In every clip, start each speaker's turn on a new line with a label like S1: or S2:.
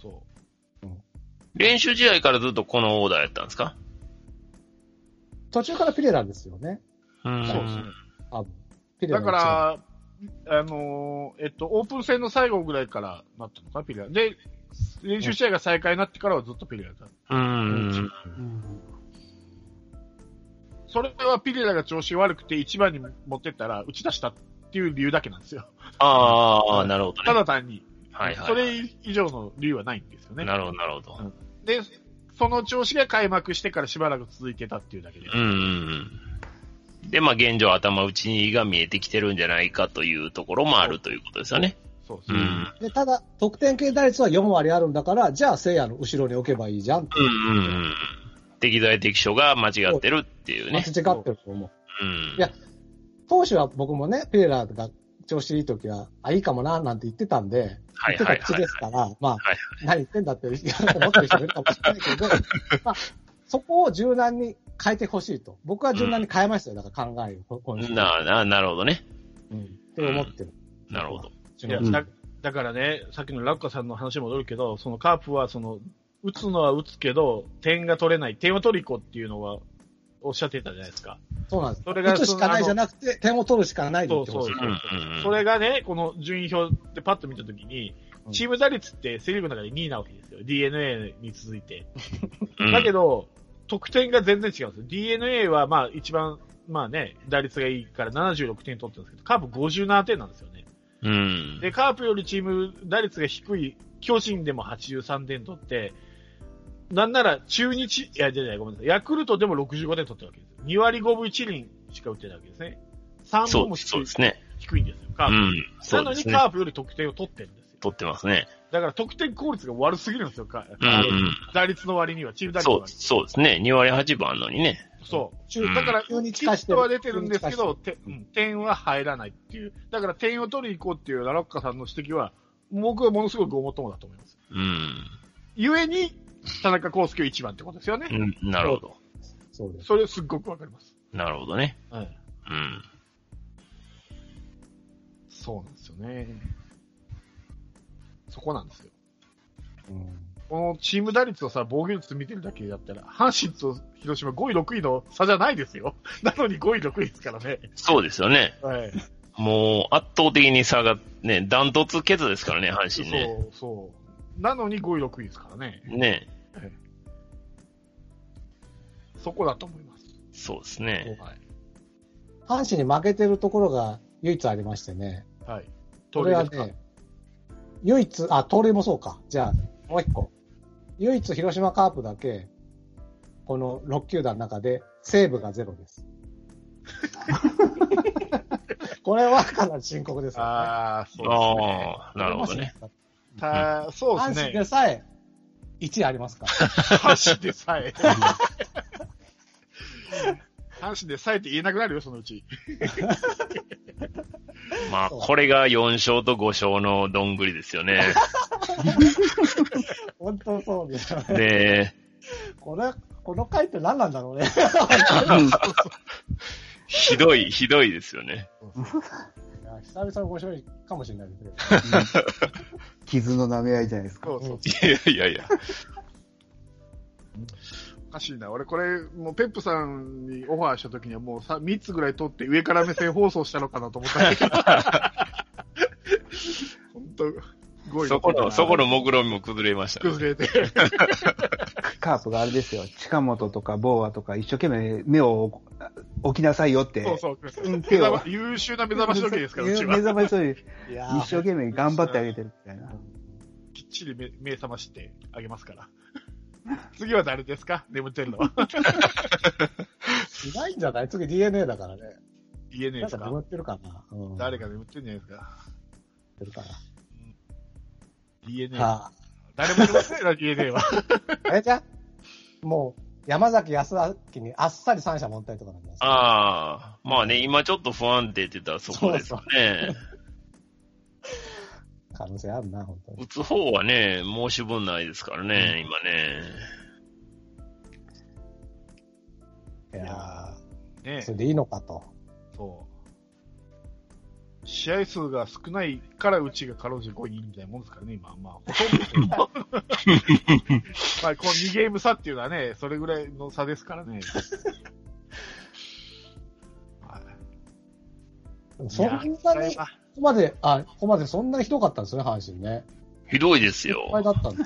S1: そ
S2: 練習試合からずっとこのオーダーやったんですか
S3: 途中からピレなんですよね。
S2: う
S1: う。
S2: ん。
S1: そうですね。
S3: あのピレ
S1: だ
S3: の一
S1: か
S3: 番
S1: ら、あのーえっと、オープン戦の最後ぐらいからなったのかな、ピレア。で、練習試合が再開になってからはずっとピレアだった。
S2: うん。
S3: うん
S1: それはピレラが調子悪くて一番に持ってったら打ち出したっていう理由だけなんですよ。
S2: ああ、なるほど
S1: た
S2: ね。
S1: だ単に。
S2: はいはい。
S1: それ以上の理由はないんですよね。
S2: なるほど、なるほど。
S1: で、その調子が開幕してからしばらく続いてたっていうだけで。
S2: うんうんうん。で、まあ現状頭打ちにが見えてきてるんじゃないかというところもあるということですよね。
S1: そう
S2: う
S1: そう。
S2: ん。
S3: でただ、得点圏打率は4割あるんだから、じゃあ、せいやの後ろに置けばいいじゃんって、
S2: うんうんうん。適材適所が間違ってるっていう
S3: 間違
S2: ね
S3: っ。てると思う。
S2: うん。
S3: いや当初は僕もね、ピレラが調子いい時は、あ、いいかもな、なんて言ってたんで、
S2: はい
S3: 言って
S2: は
S3: た
S2: い
S3: 口
S2: はい
S3: です。から、まあ
S2: はい、
S3: 何言ってんだって思ってる人もいるかもしれないけど、 まあ、そこを柔軟に変えてほしいと。僕は柔軟に変えましたよ、だから考えを、今週。
S2: なななるほどね。
S3: うん。って思ってる。
S2: なるほど。
S1: いや
S3: うん
S1: だだからね、さっきのラッカさんの話に戻るけど、そのカープはその、打つのは打つけど、点が取れない、点を取りこっていうのは、おっしゃってたじゃないですか。
S3: そうなんです。
S1: それが
S3: 打つしかないじゃなくて、点を取るしかないで
S1: そ
S3: っ
S1: う
S3: て
S1: そ
S3: こ
S1: う
S3: と
S1: そ
S3: です
S2: うん
S1: う。
S2: うんうん
S1: それがね、この順位表でパッと見たときに
S3: う、ん
S1: チーム打率ってセリーグの中で2位なわけですよ。DNA に続いて。
S2: うん
S1: だけど、得点が全然違うんですよ。DNA はまあ一番、まあね、打率がいいから76点取ってるんですけど、カープ57点なんですよね。
S2: うん。
S1: で、カープよりチーム打率が低い巨人でも83点取って、なんなら中日、いや、じゃない、ごめんなさい。ヤクルトでも65点取ってるわけです。2割5分1厘しか打ってないわけですね。3
S2: そ
S1: 分も
S2: う
S1: 低い
S2: そうですね。
S1: 低いんですよ、カー
S2: う
S1: プ。
S2: ん。そ
S1: な
S2: う
S1: の
S2: で
S1: に
S2: すね。
S1: カープより得点を取ってるんですよ。
S2: 取ってますね。
S1: だから得点効率が悪すぎるんですよ、か
S2: うんうん。
S1: 打率の割には、チーム打率の
S2: そう、
S1: 割に
S2: そうですね。2割8分あんのにね。
S1: そう。
S3: 中
S2: うん
S1: だから、
S3: 急に
S1: ヒ
S3: 近
S1: ッ
S3: して
S1: ト
S3: る
S1: は出てるんですけど、て
S3: うん
S1: うん点は入らないっていう。だから点を取りに行こうっていうラロッカさんの指摘は、僕はものすごくごもっともだと思います。
S2: うん。
S1: ゆえに、田中康介を一番ってことですよね。
S2: うんなるほど。
S3: そうです。
S1: それすっごくわかります。
S2: なるほどね。
S1: はい。
S2: うん。
S1: そうなんですよね。そこなんですよ。
S3: うん
S1: このチーム打率をさ、防御率見てるだけだったら、阪神と広島5位、6位の差じゃないですよ。 なのに5位、6位ですからね。
S2: そうですよね。
S1: はい。
S2: もう圧倒的に差が、ね、ダントツケツですからね、阪
S1: そ
S2: 神ね。
S1: う、そう。なのに5位、6位ですからね。
S2: ね。
S1: そこだと思います。
S2: そうですね。
S1: はい。
S3: 阪神に負けてるところが唯一ありましてね。
S1: はい。
S3: こ
S1: 盗
S3: れ
S1: 塁
S3: は
S1: ですか
S3: ね、唯一、あ、盗塁もそうか。じゃあ、もう一個。唯一広島カープだけ、この6球団の中で、セーブがゼロです。 これはかなり深刻ですよね。
S1: ああ、そうですね。
S2: ああ、なるほどね。。
S1: たそう
S3: 阪
S1: で
S3: 神
S1: す
S3: で
S1: ね。
S3: さえ、1位ありますから。
S1: 阪神でさえ。阪神でさえって言えなくなるよ、そのうち。
S2: まあ、これが4勝と5勝のどんぐりですよね。
S3: 本当そうですよね。
S2: で、
S3: これ、この回って何なんだろうね。
S2: ひどい、ひどいですよね。
S3: いや久々のご勝利かもしれないですね。
S4: 傷の舐め合いじゃないですか。
S1: そうそう。
S2: いやいやいや。
S1: おかしいな。俺これ、もうペップさんにオファーした時にはもうさ3つぐらい取って上から目線放送したのかなと思ったんだけど。本当、5位
S2: そこの、そこの目論見も崩れましたね。
S1: 崩れて。
S4: カープがあれですよ、近本とかボーアとか一生懸命目を置きなさいよって。
S1: そうそう。
S4: うん手
S1: 目
S4: を
S1: 覚ま優秀な目覚まし時計です から、う
S4: 目
S1: ちは。
S4: 覚まし時計
S3: いや
S4: 一生懸命頑張ってあげてるみたいな。
S1: きっちり目目覚ましてあげますから。次は誰ですか眠ってる のは。
S3: ー、いないんじゃない次 DNA だからね。
S1: 言えねえ
S3: な
S1: で
S3: ん
S1: す
S3: か
S1: か
S3: 眠ってるかな。うん
S1: 誰が眠ってんじゃないですか。
S3: ってるか
S1: DNA。
S3: な。は
S1: 誰もいませんよ、DNA は。
S3: あ、あれじゃんもう、山崎康明にあっさり三者凡退とかなんですよ
S2: ああ、まあね、今ちょっと不安定って言ったらそこですよね。
S3: 可能性あるな、本当に。
S2: 打つ方はね、申し分ないですからね、今ね。
S3: いや
S1: ね
S3: ーそれでいいのかと。
S1: そ試合数が少ないからうちがかろうじて5位にいるみたいなもんですからね、今。まあ、ほとんどそう まあ、この2ゲーム差っていうのはね、それぐらいの差ですからね。はい
S3: そんないに、
S1: や
S3: こ
S1: 疲れた
S3: こまで、あ、ここまでそんなにひどかったんですね、阪神ね。
S2: ひどいです
S3: いっぱい
S2: よ。
S3: だったんで。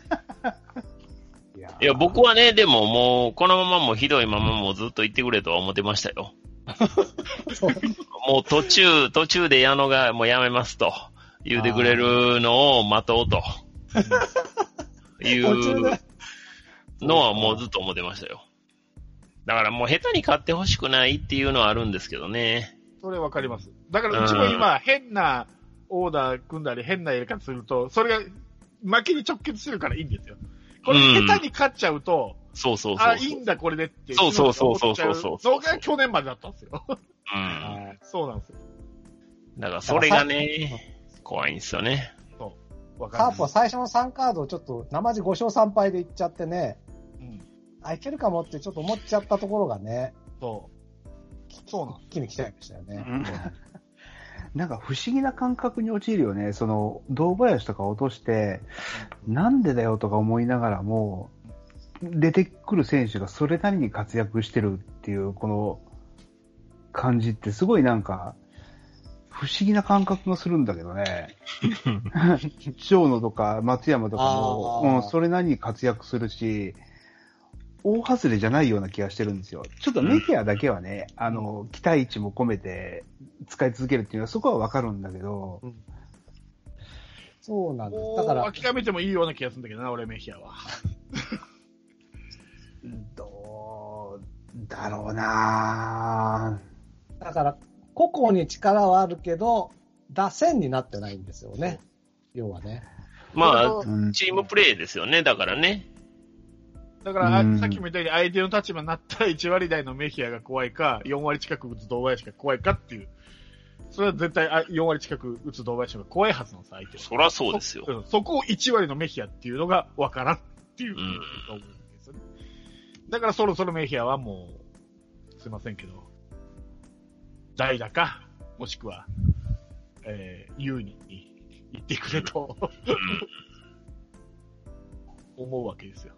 S4: いや
S2: いや、僕はね、でももう、このままもうひどいままもうずっと言ってくれとは思ってましたよ。
S3: そう
S2: もう途中、途中で矢野がもうやめますと言うてくれるのを待とうと。い
S3: 途中
S2: う
S3: で
S2: のはもうずっと思ってましたよ。だからもう下手に買ってほしくないっていうのはあるんですけどね。
S1: それわかります。だからうちも今、変なオーダー組んだり、変なやり方すると、それが負けに直結するからいいんですよ。これ、
S2: うん
S1: 下手に勝っちゃうと、
S2: そうそうそう。
S1: あ、いいんだ、これでって。
S2: そうそうそうそうそうそう
S1: それが去年までだったんですよ。
S2: うん。
S1: そうなんですよ。
S2: だからそれがね、怖いんですよね。
S1: わかり
S3: カ
S1: ま
S3: ー
S1: す
S3: プは最初の3カードをちょっと、生地5勝3敗でいっちゃってね、
S1: うん。
S3: あ、いけるかもってちょっと思っちゃったところがね、
S1: そう。そうなんです。
S3: 一気に来ちゃいましたよね。
S4: うんなんか不思議な感覚に陥るよね。その、堂林とか落として、なんでだよとか思いながらも、出てくる選手がそれなりに活躍してるっていう、この感じってすごいなんか、不思議な感覚がするんだけ どね。長野とか松山とか
S3: あー
S4: も、うん、それなりに活躍するし、大外れじゃないような気がしてるんですよ。ちょっとメディアだけはね、あの、期待値も込めて使い続けるっていうのはそこはわかるんだけど、
S3: そうなんです。
S1: も
S3: だか
S1: う
S3: ら、
S1: 諦めてもいいような気がするんだけどな、俺、メヒアは。
S4: どうだろうなぁ
S3: だから、個々に力はあるけど、打線になってないんですよね。要はね。
S2: ま
S4: うん
S2: あ、チームプレーですよね、だからね。
S1: だから、あ
S4: うん
S1: さっきも言ったように、相手の立場になったら1割台のメヒアが怖いか、4割近く打つ堂林が怖いかっていう。それは絶対あ4割近く打つ堂林の方が怖いはずなんです、相手は。
S2: そらそうですよ。
S1: うんそこを1割のメヒアっていうのがわからんっていう、
S2: うん
S1: 思うんですよね。だからそろそろメヒアはもう、すいませんけど、代打か、もしくは、えー、優に行ってくれと、 思うわけですよ。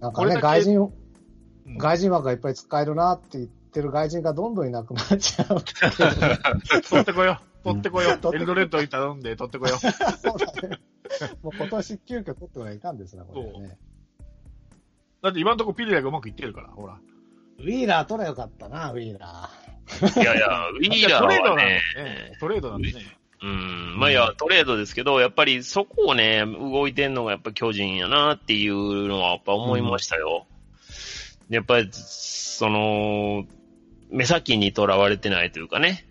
S3: なんか
S1: これ
S3: ね、
S1: だけ
S3: 外人、
S1: うん
S3: 外人枠がいっぱい使えるなって言ってる外人がどんどんいなくなっちゃう。
S1: 取ってこよう。取ってこよ
S3: う
S1: う。
S3: ん
S1: エルドレッドに頼んで取ってこよう。
S3: そう だね。もう今年急遽取ってはいたんですね、これね。
S1: だって今のところピリラがうまくいってるから、ほら。
S3: ウィーラー取ればよかったな、ウィーラ
S2: いや いや、ウィーラー
S1: トレード
S2: は
S1: なんで
S2: ね、
S1: ね。トレードなんでね。
S2: うん、まあいや、トレードですけど、やっぱりそこをね、動いてんのがやっぱ巨人やなっていうのはやっぱ思いましたよ。やっぱり、その、目先にとらわれてないというかね。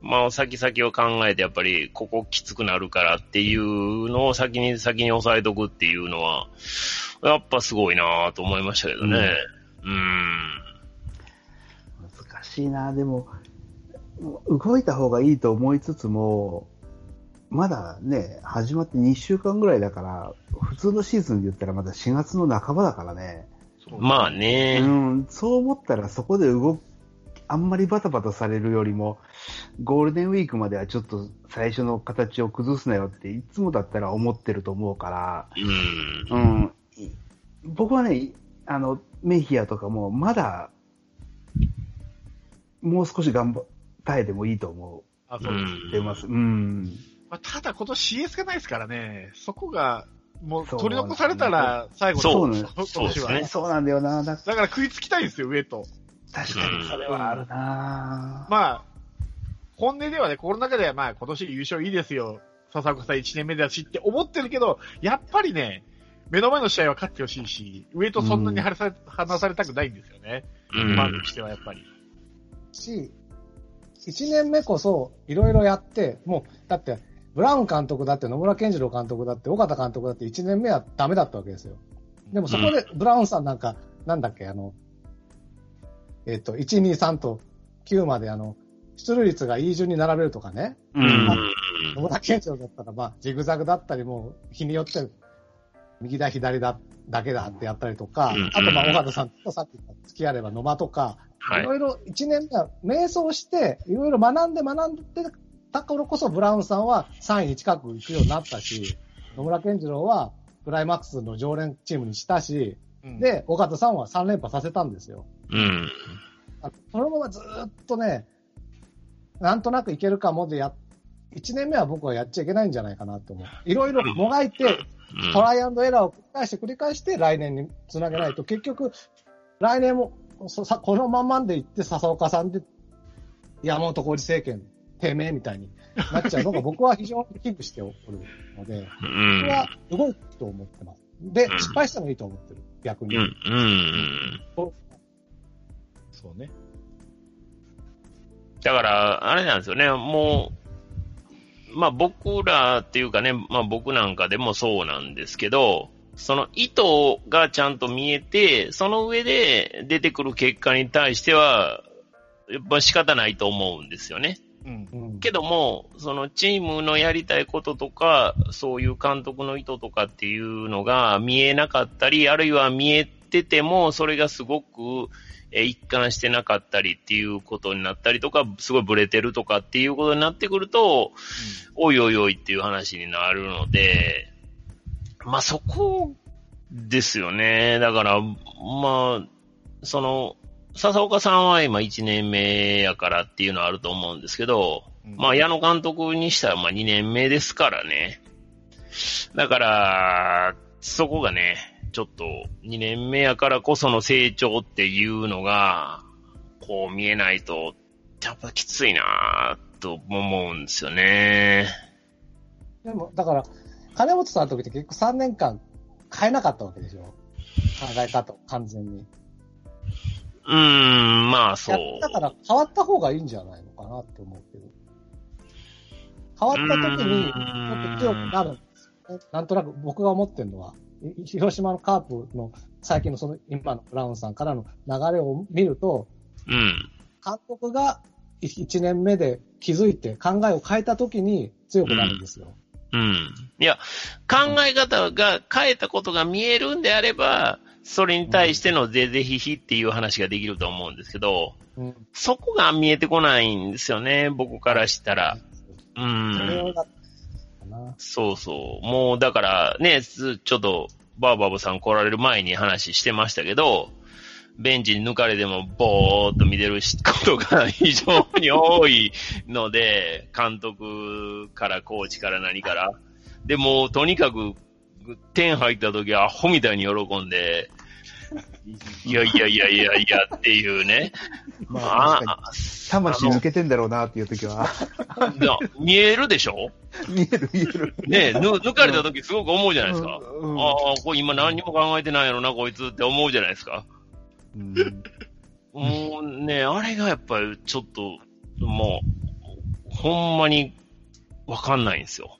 S2: まあ、先々を考えて、やっぱり、ここきつくなるからっていうのを先に先に押さえとくっていうのは、やっぱすごいなと思いましたけどね。うん
S4: 難しいな、でも、動いた方がいいと思いつつも、まだね、始まって2週間ぐらいだから、普通のシーズンで言ったらまだ4月の半ばだからね、
S2: まあね、
S4: うん、そう思ったらそこで動く、あんまりバタバタされるよりも、ゴールデンウィークまではちょっと最初の形を崩すなよって、いつもだったら思ってると思うから、
S2: うん。
S4: うん、い僕はね、あの、メヒアとかも、まだ、もう少し頑張、耐えてもいいと思
S1: あ、そううです。
S4: う、出ます。うん。
S1: まあ、ただ今年 CS がないですからね、そこが、もう
S4: そう
S1: 取り残されたら最後
S2: そう
S1: の
S4: そう
S1: 今年は
S2: そうですね
S4: そうなんだよな。だ
S1: だから食いつきたいんですよ、上と。
S4: 確かに、それはあるな、
S1: まあ、本音ではね、心の中ではまあ今年優勝いいですよ。笹岡さん1年目だしって思ってるけど、やっぱりね、目の前の試合は勝ってほしいし、上とそんなに離され離されたくないんですよね。
S2: う
S1: ファン
S2: ん
S1: としてはやっぱり。
S3: ーし、1年目こそいろいろやって、もう、だって、ブラウン監督だって野村健次郎監督だって尾形監督だって1年目はダメだったわけですよ。でもそこでブラウンさんなんか、なんだっけ、あの、えっ、と、1、2、3と9まであの、出塁率がいい順に並べるとかね。
S4: う
S2: うん
S3: 野村健次郎だったら、まあ、ジグザグだったり、もう、日によって、右だ、左だ、だけだってやったりとか、
S2: うん
S3: あと、まあ、尾形さんとさっき言った付き合えば野間とか、
S2: はいい。
S3: ろいろ1年目は瞑想して、いろいろ学んで学んでたからこそブラウンさんは3位に近く行くようになったし、野村健次郎はクライマックスの常連チームにしたし、
S5: うん、
S3: で、岡田さんは3連覇させたんですよ。
S2: うん。
S3: あそのままずーっとね、なんとなくいけるかもでや、1年目は僕はやっちゃいけないんじゃないかなと思う。いろいろもがいて、
S2: うん
S3: トライアンドエラーを繰り返して繰り返して来年につなげないと、結局、来年もそさこのまんまんでいって、笹岡さんで山本浩二政権、低迷みたいになっちゃうの が僕は非常に危惧しておるので、
S2: う
S3: 僕
S2: ん。
S3: は動いと思ってます。で
S2: う、ん
S3: 失敗してもいいと思ってる、逆
S2: う
S3: に。
S2: ん。うん。
S5: そうね。
S2: だから、あれなんですよね、もう、まあ僕らっていうかね、まあ僕なんかでもそうなんですけど、その意図がちゃんと見えて、その上で出てくる結果に対しては、やっぱ仕方ないと思うんですよね。
S5: うん。
S3: うん
S2: けども、そのチームのやりたいこととか、そういう監督の意図とかっていうのが見えなかったり、あるいは見えてても、それがすごくえー一貫してなかったりっていうことになったりとか、すごいブレてるとかっていうことになってくると、おいおいおいっていう話になるので、まあそこですよね。だから、まあ、その、笹岡さんは今1年目やからっていうのはあると思うんですけど、
S5: うん
S2: まあ矢野監督にしたらまあ2年目ですからね。だから、そこがね、ちょっと2年目やからこその成長っていうのが、こう見えないと、やっぱきついなぁと思うんですよね。
S3: でも、だから、金本さんの時って結構3年間変えなかったわけでしょ考え方を完全に。
S2: うーん、まあそ
S3: や
S2: う。
S3: ったから変わった方がいいんじゃないのかなって思うけど。変わった時に、
S2: うーん
S3: もっと強くなるんですよね。なんとなく僕が思ってるのは、い広島のカープの最近のその今のブラウンさんからの流れを見ると、
S2: うん。
S3: 監督が1年目で気づいて考えを変えた時に強くなるんですよ。
S2: うん。いや、考え方が変えたことが見えるんであれば、それに対してのぜぜひひっていう話ができると思うんですけど、
S3: うん
S2: そこが見えてこないんですよね、僕からしたら。う
S3: それを
S2: ん。
S3: だかな。
S2: そうそう。もうだからね、すちょっと、バーバブさん来られる前に話してましたけど、ベンチに抜かれてもぼーっと見てることが非常に多いので、監督からコーチから何から。で、もうとにかく、点入った時はアホみたいに喜んで、 いやいやいやいやいやっていうね。
S4: まあ、
S2: あ
S4: 確か
S2: あ
S4: に魂抜けてんだろうなっていう時は、
S2: な見えるでしょ
S4: 見える見える。
S2: ねぬ抜かれた時すごく思うじゃないですか。
S4: うん
S2: ああ、これ今何にも考えてないやろな、こいつって思うじゃないですか。
S4: うん
S2: もうね、あれがやっぱりちょっと、もう、ほんまにわかんないんですよ。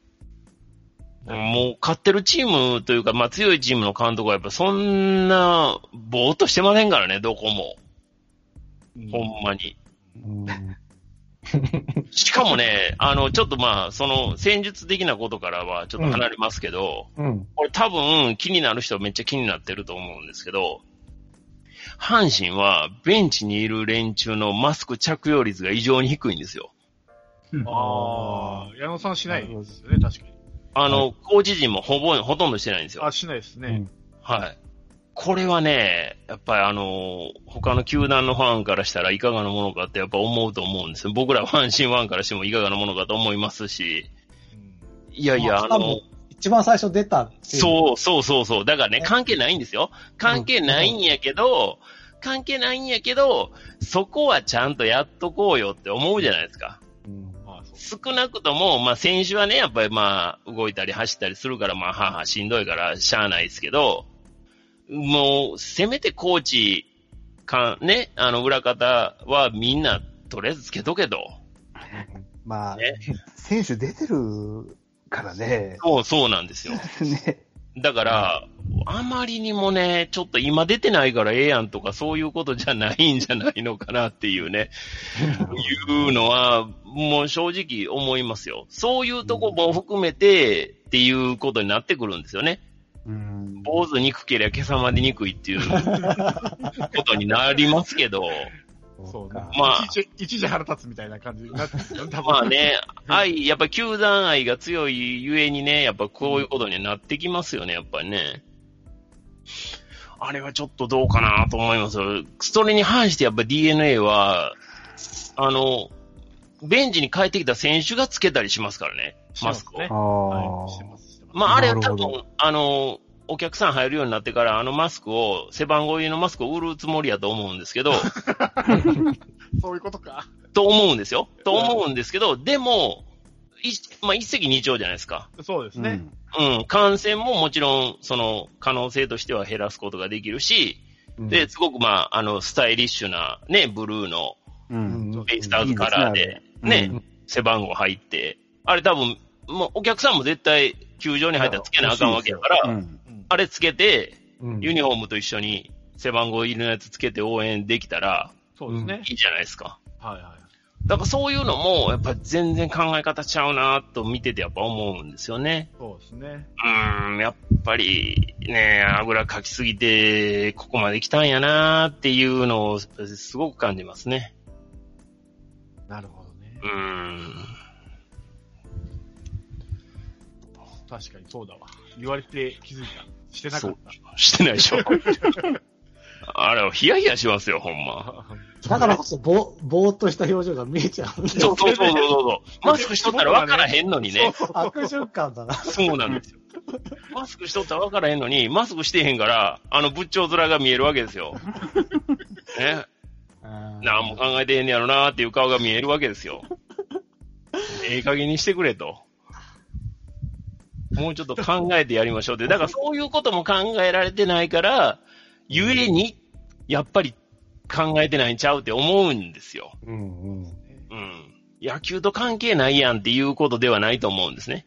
S2: もう勝ってるチームというか、まあ強いチームの監督はやっぱそんな、ぼーっとしてませんからね、どこも。
S5: うん
S2: ほんまに。
S4: うん
S2: しかもね、あの、ちょっとまあ、その戦術的なことからはちょっと離れますけど、
S3: うん。
S2: これ多分気になる人はめっちゃ気になってると思うんですけど、阪神はベンチにいる連中のマスク着用率が異常に低いんですよ。
S5: ああ、矢野さんしないですよね、確かに。
S2: あの、工事陣もほぼ、ほとんどしてないんですよ
S5: あ、。しないですね。
S2: はい。これはね、やっぱりあの、他の球団のファンからしたらいかがなものかってやっぱ思うと思うんですよ。僕ら阪神ファンからしてもいかがなものかと思いますし、
S5: うん
S2: いやいや、あ
S3: まあ
S2: の、
S3: 一番最初出たっていう
S2: そうそうそうそう。だからね、
S3: ね
S2: 関係ないんですよ。関係ないんやけど、関係ないんやけど、そこはちゃんとやっとこうよって思うじゃないですか。
S4: うん
S5: まあ、そう。
S2: 少なくとも、まあ、選手はね、やっぱりまあ、動いたり走ったりするから、まあ、はあはあしんどいから、しゃあないですけど、もう、せめてコーチ、かん、ね、あの、裏方はみんな、とりあえずつけとけと。
S4: まあ
S2: ね、
S4: 選手出てるからね。
S2: そう、そうなんですよ。
S4: ね
S2: だから、あまりにもね、ちょっと今出てないからええやんとか、そういうことじゃないんじゃないのかなっていうね、いうのは、もう正直思いますよ。そういうとこも含めてっていうことになってくるんですよね。
S4: うん
S2: 坊主憎けりゃ今朝まで憎いっていうことになりますけど、
S5: そうね
S4: か。
S2: まあ
S5: いちいち、いちいち腹立つみたいな感じになってるよ多分
S2: ま あ。ね、愛、やっぱ球団愛が強いゆえにね、やっぱこういうことになってきますよね、やっぱりね。あれはちょっとどうかなと思いますよ。それに反してやっぱ DNA は、あの、ベンチに帰ってきた選手がつけたりしますからね、マスクを。
S5: してますね
S4: あ
S5: は
S4: あ
S5: い、してます、してます。
S2: まあ、あれ
S4: なる
S2: 多
S4: ほど
S2: 分、あの、お客さん入るようになってから、あのマスクを、背番号入りのマスクを売るつもりやと思うんですけ ど、
S5: そういうことか。
S2: と思うんですよ。と思うんですけど、でも、一まあ、一石二鳥じゃないですか。
S5: そうです
S4: うん
S5: ね。
S2: うん、感染ももちろん、その、可能性としては減らすことができるし、
S4: うん
S2: で、すごく、まあ、あの、スタイリッシュな、ね、ブルーの
S4: うん
S5: うん
S2: ベイスターズカラー
S4: いい
S2: で、
S4: ですねあ
S2: ね
S4: れ、
S2: 背番号入って、あれ多分、もうお客さんも絶対、球場に入ったらつけなあかんわけだから、
S4: う
S5: う
S4: ん
S5: ん
S2: あれつけて、
S3: うん
S2: ユニフォームと一緒に背番号入りのやつつけて応援できたら、
S5: そうですね。
S2: いいじゃないですか。
S5: はいはい。
S2: だからそういうのも、やっぱ全然考え方ちゃうなと見ててやっぱ思うんですよね。
S5: そうですね。
S2: うーん、やっぱりね、あぐらかきすぎて、ここまで来たんやなっていうのをすごく感じますね。
S5: なるほどね
S2: う。ーん。
S5: 確かにそうだわ。言われて気づいた。してなかっ
S2: してないで しょ。あれ、ヒヤヒヤしますよ、ほんま。
S5: た。
S3: だからこそ、ぼ、ぼーっとした表情が見えちゃうんで
S2: そうそうそうそうそう。マスクしとったら分からへんのにね。
S3: 悪循環だな。
S2: そうなんですよ。マスクしとったら分からへんのに、マスクしてへんから、あの、仏頂面が見えるわけです よ。ね。何も考えてへんねやろなーっていう顔が見えるわけですよ。ええ加減にしてくれと。もうちょっと考えてやりましょうって。だからそういうことも考えられてないから、ゆえに、やっぱり考えてないんちゃうって思うんですよ。
S3: うんうん。
S2: うん。野球と関係ないやんっていうことではないと思うんですね。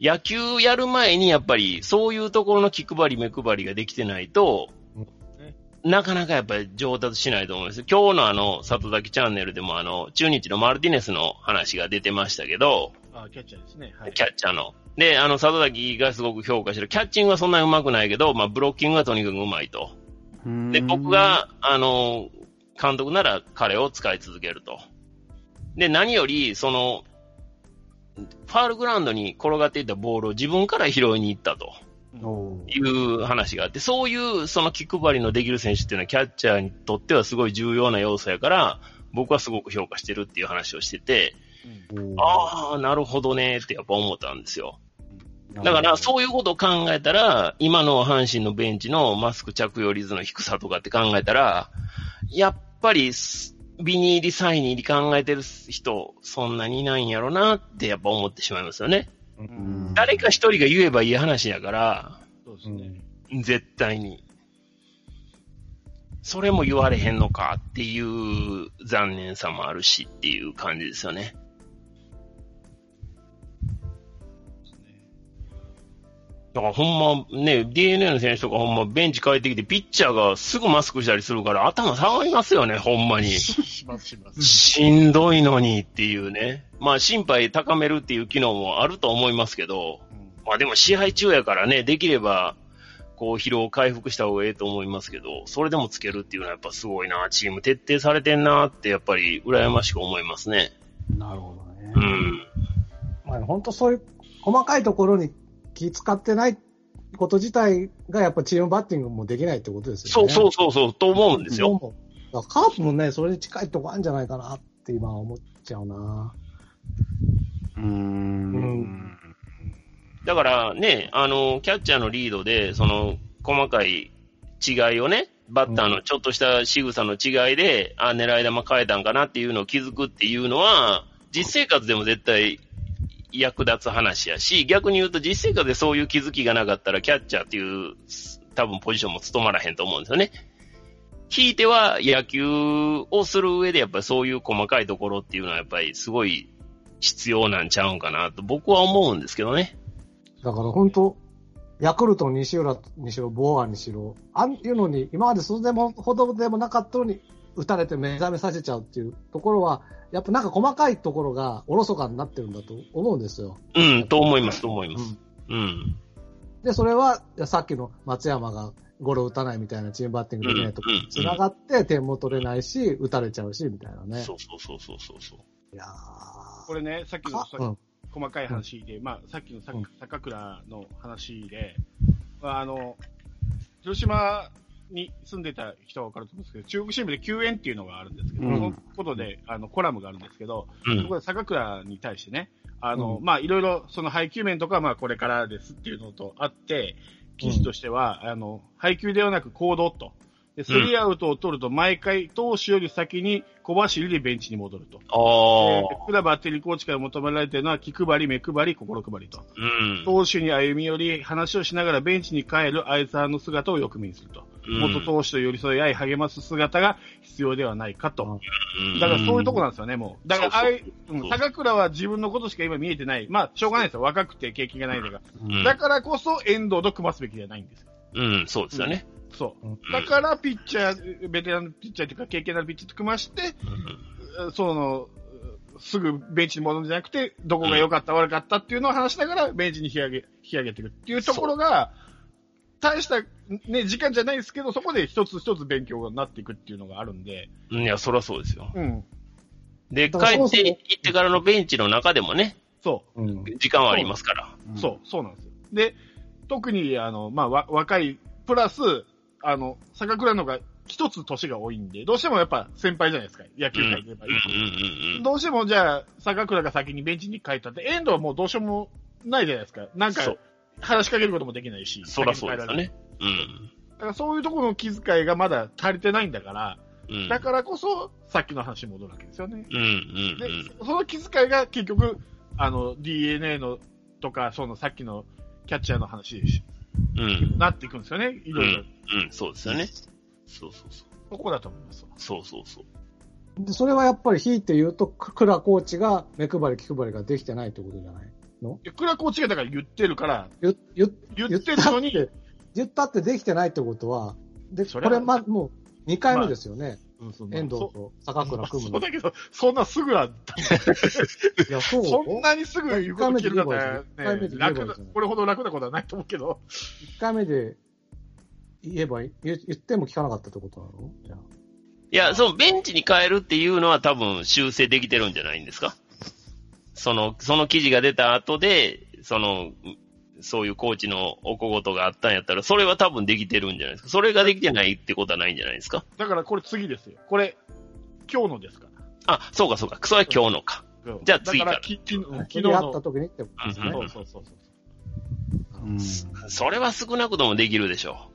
S2: 野球やる前にやっぱりそういうところの気配り目配りができてないと
S3: うん、
S2: なかなかやっぱり上達しないと思うんです。今日のあの、里崎チャンネルでもあの、中日のマルティネスの話が出てましたけど、
S5: あ、キャッチャーですね。はい。
S2: キャッチャーの。で、あの、里崎がすごく評価してる。キャッチングはそんなに上手くないけど、まあ、ブロッキングはとにかく上手いと。
S4: うん
S2: で、僕が、あの、監督なら彼を使い続けると。で、何より、その、ファールグラウンドに転がっていたボールを自分から拾いに行ったと
S4: おー
S2: いう話があって、そういうその気配りのできる選手っていうのはキャッチャーにとってはすごい重要な要素やから、僕はすごく評価してるっていう話をしてて、
S5: うん
S2: ああ、なるほどねってやっぱ思ったんですよ。だから、そういうことを考えたら、今の阪神のベンチのマスク着用率の低さとかって考えたら、やっぱりす、ビニーリサイン入り考えてる人、そんなにいないんやろなってやっぱ思ってしまいますよね。
S5: うん
S2: 誰か一人が言えばいい話やから、
S5: そうですね。
S2: 絶対に。それも言われへんのかっていう残念さもあるしっていう感じですよね。だからほんまね、DNA の選手とかほんまベンチ帰ってきてピッチャーがすぐマスクしたりするから頭下がりますよね、ほんま に。
S5: しますします。
S2: しんどいのにっていうね。まあ心配高めるっていう機能もあると思いますけど、まあでも試合中やからね、できれば、こう疲労回復した方がええと思いますけど、それでもつけるっていうのはやっぱすごいな、チーム徹底されてんなってやっぱり羨ましく思いますね。
S4: なるほどね
S2: う。ん。
S3: まあ、本当そういう細かいところに気使ってないこと自体がやっぱチームバッティングもできないってことです
S2: そ
S3: よ
S2: う
S3: ね。
S2: そうそうそう、と思うんですよ。
S3: そうだからカープもね、それに近いとこあるんじゃないかなって今思っちゃうな。
S4: うーん。
S2: だからね、あの、キャッチャーのリードで、その、細かい違いをね、バッターのちょっとした仕草の違いで、あ、狙い球変えたんかなっていうのを気づくっていうのは、実生活でも絶対役立つ話やし、逆に言うと実生活でそういう気づきがなかったら、キャッチャーっていう、多分ポジションも務まらへんと思うんですよね。ひいては野球をする上でやっぱりそういう細かいところっていうのはやっぱりすごい必要なんちゃうんかなと僕は思うんですけどね。
S3: だから本当、ヤクルト西浦にしろ、ボーアにしろ、あんいうのに、今までそれでもほどでもなかったのに、打たれて目覚めさせちゃうっていうところは、やっぱなんか細かいところがおろそかになってるんだと思うんですよ。
S2: うん、と思います、と思います。うん。
S3: で、それは、さっきの松山がゴロ打たないみたいなチームバッティングでね、とか
S2: うんうん、
S3: 繋がって点も取れないし、打たれちゃうし、みたいなね。
S2: そうそうそうそうそうそう。
S3: いや
S1: これね、さっきのさ
S3: ーうん。
S1: 細かい話で、まあ、さっきのさ
S3: うん
S1: 坂倉の話で、まあ、あの、広島に住んでた人はわかると思うんですけど、中国新聞で救援っていうのがあるんですけど、
S4: うん
S1: そのことで、あの、コラムがあるんですけど、
S2: うん
S1: そこで坂倉に対してね、あの、
S3: う
S1: まあ、いろいろ、その配給面とかは、まあ、これからですっていうのとあって、記事としては、あの、配給ではなく行動と。で、スリーアウトを取ると、毎回、投手より先に小走りでベンチに戻ると。
S2: ああ
S1: えー、クラバーテリーコーチから求められているのは気配り、目配り、心配りと。
S2: うん。
S1: 投手に歩み寄り、話をしながらベンチに帰る相沢の姿をよく目にすると。
S2: うん
S1: 元投手と寄り添い合い励ます姿が必要ではないかと。
S2: うん
S1: だからそういうとこなんですよね、もう。だから、ああい
S2: そう
S1: うん高倉は自分のことしか今見えてない。まあ、しょうがないですよ。若くて経験がないとか。
S2: うん
S1: だからこそ遠藤と組ますべきじゃないんですよ。
S2: うん、そうですよね。
S1: そう。だから、ピッチャー、ベテランのピッチャーというか、経験のあるピッチャーと組まして、その、すぐベンチに戻るんじゃなくて、どこが良かった、悪かったっていうのを話しながら、ベンチに引き上げ、引き上げていくっていうところが、大した、ね、時間じゃないですけど、そこで一つ一つ勉強になっていくっていうのがあるんで、
S2: うん、いや、そりゃそうですよ。
S1: うん。
S2: で、帰
S3: だからそも
S2: っ
S3: そ
S2: て
S3: も
S2: 行ってからのベンチの中でもね、
S1: そ
S3: うん。
S2: 時間はありますから。
S1: う、そう、そうなんですよ。で、特に、あの、まあ、わ若い、プラス、あの、坂倉の方が一つ年が多いんで、どうしてもやっぱ先輩じゃないですか、野球界で言えば。
S2: うんうん
S1: どうしてもじゃあ、坂倉が先にベンチに帰ったって、遠藤はもうどうしようもないじゃないですか。なん
S2: そ
S1: か
S2: う、
S1: 話しかけることもできないし。
S2: うん。そりゃそうですよね。うん。
S1: だからそういうところの気遣いがまだ足りてないんだから、
S2: うん。
S1: だからこそ、さっきの話に戻るわけですよね。
S2: うんうん
S1: で、その気遣いが結局、あの、DNA のとか、そのさっきのキャッチャーの話に
S2: うん。うん。
S1: なっていくんですよね。いろいろ。
S2: うん、そうですよね。そうそうそう。
S1: そこだと思います。
S2: そうそうそう。
S3: で、それはやっぱり引いて言うと、ククラコーチが目配り、気配りができてないってことじゃない
S1: いや、クラコーチがだから言ってるから、
S3: 言っ言っ
S1: 言
S3: 言
S1: っ
S3: って
S1: て
S3: る
S1: る
S3: の
S1: の
S3: に
S1: に、
S3: 言ったってできてないってことは、で、
S1: そ
S3: こ
S1: れは
S3: れ、ま、もう、2回目ですよね。
S1: うんそう
S3: 遠藤
S1: そ
S3: と坂
S1: う
S3: 倉組む
S1: そう
S3: の。
S1: だけど、そんなすぐは、
S3: いや、そう
S1: そんなにすぐ言うこと聞けるなん
S3: 一回目
S1: て、
S3: で
S1: ね、
S3: 言えばいいじゃん
S1: 楽な、これほど楽なことはないと思うけど、
S3: 1回目で言えばいい、言言っても聞かなかったってことなのじゃあ
S2: いや、そのベンチに帰るっていうのは多分修正できてるんじゃないんですかその、その記事が出た後で、その、そういうコーチのおこごとがあったんやったら、それは多分できてるんじゃないですかそれができてないってことはないんじゃないですか
S1: だからこれ次ですよ。これ、今日のですから。
S2: あ、そうかそうか。それは今日のか。じゃあ次
S1: だ
S2: か
S1: かららき昨日昨日
S3: 次会った
S1: の。
S3: 時にってことですね。
S1: そうそうそうそう
S4: うん
S2: それは少なくともできるでしょ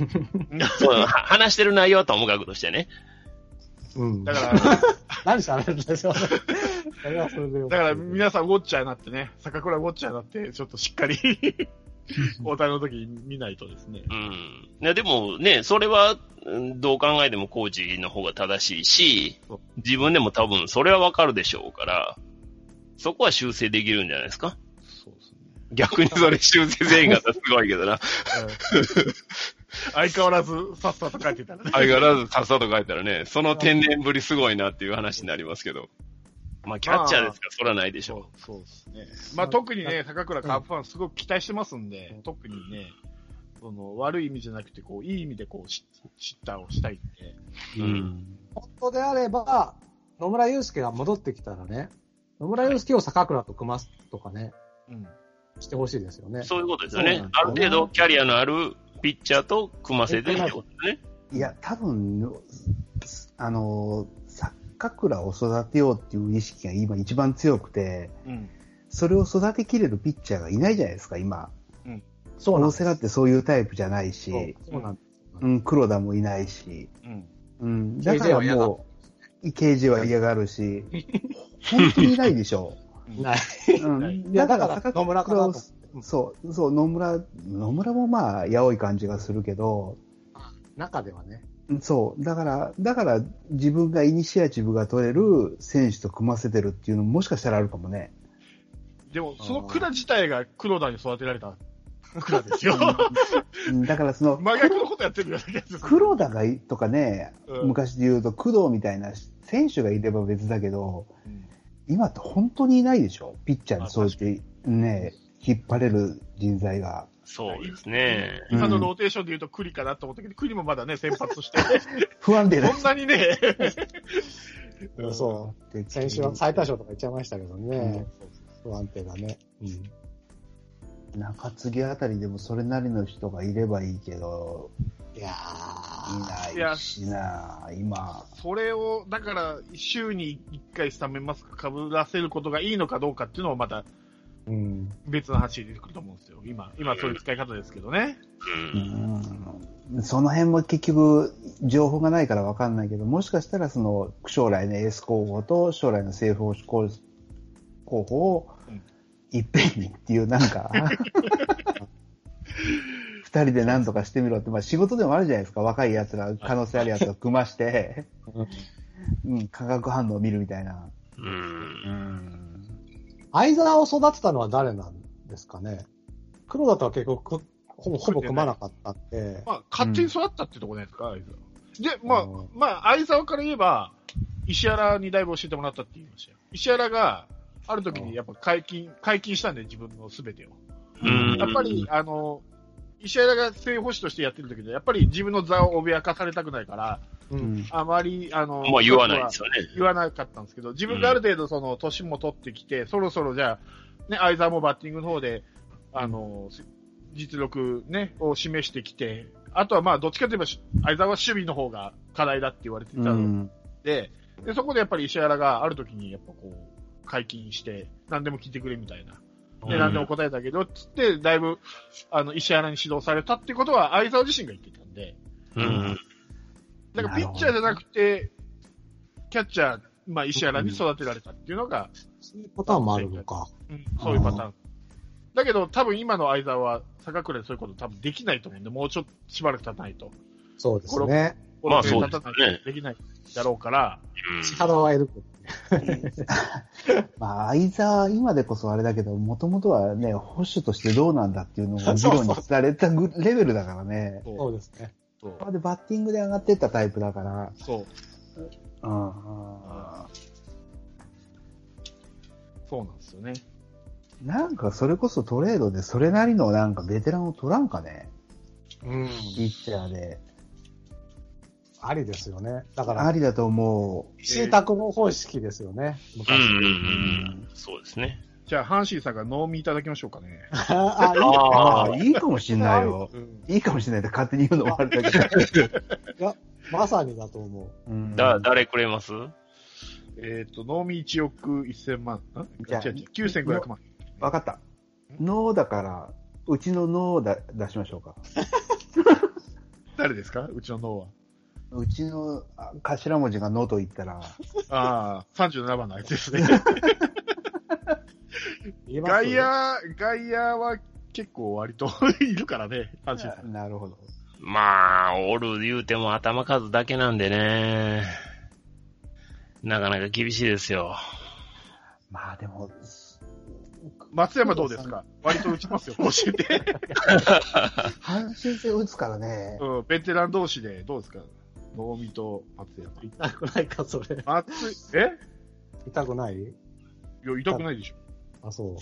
S2: う。そうは話してる内容はともかくとしてね。
S3: うん。
S1: だから、
S3: 何しゃべるんですよ。それはそれでよ
S1: だから皆さんウォッチャーになってね、坂倉ウォッチャーになって、ちょっとしっか り、交代の時に見ないとですね。
S2: うん。いや、でもね、それは、うんどう考えてもコーチの方が正しいし
S1: そう、
S2: 自分でも多分それはわかるでしょうから、そこは修正できるんじゃないですか
S1: そうですね。
S2: 逆にそれ修正全員がすごいけどな。
S1: 相変わらず、さっさと書いてたらね。
S2: 相変わらずさっさと書いたらね、その天然ぶりすごいなっていう話になりますけど。まあ、キャッチャーですから、それはないでしょ
S1: そうですね。まあ特にね、坂倉カープファンすごく期待してますんで、特にね、その悪い意味じゃなくて、こう、いい意味でこう、し知ったをしたいんで。
S2: う。うん。
S3: 本当であれば、野村祐介が戻ってきたらね、野村祐介を坂倉と組ますとかね、
S1: うん。
S3: してほしいですよね。
S2: そういうことですよね。
S3: そうなんで
S2: あ
S3: す
S2: る
S3: よ
S2: 程度キャリアのあるピッチャーと組ませてってことですね。
S4: いや、多分、あの、坂倉を育てようっていう意識が今一番強くて、
S1: うん。
S4: それを育てきれるピッチャーがいないじゃないですか、今。
S3: そうなんで
S4: 大
S3: す
S4: 瀬良ってそういうタイプじゃないし、
S3: よ。そうなんです
S4: うん、黒田もいないし、
S1: うん。
S4: うん、だ
S3: KJ
S4: から
S3: は嫌だ
S4: もう、刑事は嫌がる し、本当にいないでしょ。
S3: ない。
S4: う
S1: ない
S3: い
S4: ん、
S3: や、だから野村かなと思
S4: を
S3: って。
S4: そう、そう、野村、野村もまあ、やおい感じがするけど、
S3: 中ではね。
S4: そう、だから、だから自分がイニシアチブが取れる選手と組ませてるっていうのももしかしたらあるかもね。
S1: でも、その蔵自体が黒田に育てられた蔵ですよ。
S4: うんだから そ の、
S1: 真逆のことやってるようなやつです。
S4: 黒田がいとかね、
S1: うん
S4: 昔で言うと工藤みたいな選手がいれば別だけど、今って本当にいないでしょピッチャーにそうやって、ね、引っ張れる人材が。
S2: そうですね。
S1: 今の
S4: うん
S1: ローテーションで言うとクリかなと思ったけど、クリもまだね、先発 して、
S4: 不安定だ
S1: そんなにね、
S3: うんそ
S4: って
S3: う。先週は最多勝とか言っちゃいましたけどね。不安定だね。
S4: 中継ぎあたりでもそれなりの人がいればいいけど、
S3: いや
S4: いないしな、今。
S1: それを、だから、週に1回スタメンマスクかぶらせることがいいのかどうかっていうのをまた
S3: ー。うん。
S1: 別の話で出てくると思うんですよ。今、今そういう使い方ですけどね。
S2: うん。
S4: うんその辺も結局、情報がないから分かんないけど、もしかしたらその将来のエース候補と将来の正捕手候補を
S1: うん
S4: いっぺんにっていう、なんか、二人で何とかしてみろって、まあ仕事でもあるじゃないですか、若い奴ら、可能性ある奴ら組まして、うん、化学反応を見るみたいな。
S2: うん。
S3: 相沢を育てたのは誰なんですかね黒田とは結構く、ほぼ、ほぼ組まなかったって。
S1: まあ、勝手に育ったってとこないですか、相沢で、まあ
S3: うん、
S1: まあ、相沢から言えば、石原にだいぶ教えてもらったって言いましたよ。石原が、ある時にやっぱ解禁、解禁したんで、自分のすべてを。
S2: うん
S1: やっぱり、あの、石原が正捕手としてやってる時で、やっぱり自分の座を脅かされたくないから、
S3: う。
S4: うんん
S1: あまり、あの、
S2: まあ言わないですよね。
S1: 言わなかったんですけど、自分がある程度その、年も取ってきて、そろそろじゃあ、ね、相沢もバッティングの方で、あの、実力ね、を示してきて、あとはまあ、どっちかといえば、し相沢は守備の方が課題だって言われてた
S4: う
S1: の
S4: ん
S1: で、で、そこでやっぱり石原がある時にやっぱこう、解禁して、何でも聞いてくれみたいな。
S2: う
S1: で、
S2: ん
S1: 何でも答えたけど、つって、だいぶ、あの、石原に指導されたってことは、相沢自身が言ってたんで、
S2: うん。
S1: だからピッチャーじゃなくて、キャッチャー、まあ、石原に育てられたっていうのが、
S3: そういうパターンもあるのか。
S1: うんそういうパターン。だけど、多分今の相沢は、坂倉でそういうこと多分できないと思うんで、もうちょっとしばらく経たないと。
S3: そうですね。
S2: まあそう
S1: 経たないとできないだろうから、
S3: 千原はいるけど。
S4: まあ、相沢、今でこそあれだけど、もともとはね、保守としてどうなんだっていうのが議論にされたぐレベルだからね。
S1: そう
S3: そうですね。
S1: そう
S4: までバッティングで上がってったタイプだから。
S1: そう
S4: うん。
S1: そうなんですよね。
S4: なんか、それこそトレードで、それなりのなんかベテランを取らんかね。
S3: うん。
S4: ピッチャーで。
S3: ありですよね。だか
S4: あ
S3: ら、
S4: りだと思う。
S3: 石井拓郎方式ですよね。
S2: うん。う
S3: 昔。
S2: ん。そうですね。
S1: じゃあ、阪神さんが脳みいただきましょうかね。
S3: あ、いい
S4: ああ、
S3: ね。
S4: いいかもしんないよ。
S1: うん。
S4: いいかもしんないって 勝手に言うのもあるだけど。
S3: まさにだと思う。
S4: うん
S2: だ、誰くれますうん。
S1: えっ、と、脳み1億1000万、ん
S4: じゃあ
S1: 違う違う9500万。
S4: わかった。脳だから、うちの脳だ出しましょうか。
S1: 誰ですかうちの脳は。
S4: うちのあ頭文字が脳と言ったら、
S1: ああ、37番のあいつですね。
S3: 言いま
S1: 外
S3: す
S1: 野、外野は結構割と いるからね、阪神さん。
S4: なるほど。
S2: まあ、おる言うても頭数だけなんでね。なかなか厳しいですよ。
S4: まあでも、
S1: 松山どうですか割と打ち ますよ、甲子園で。
S4: 阪神戦打つからね、
S1: うん、ベテラン同士で、どうですか能見と松山。
S3: 痛くないか、それ。
S1: 松、え
S3: 痛くない
S1: いや、痛くないでしょ。
S3: あ、そ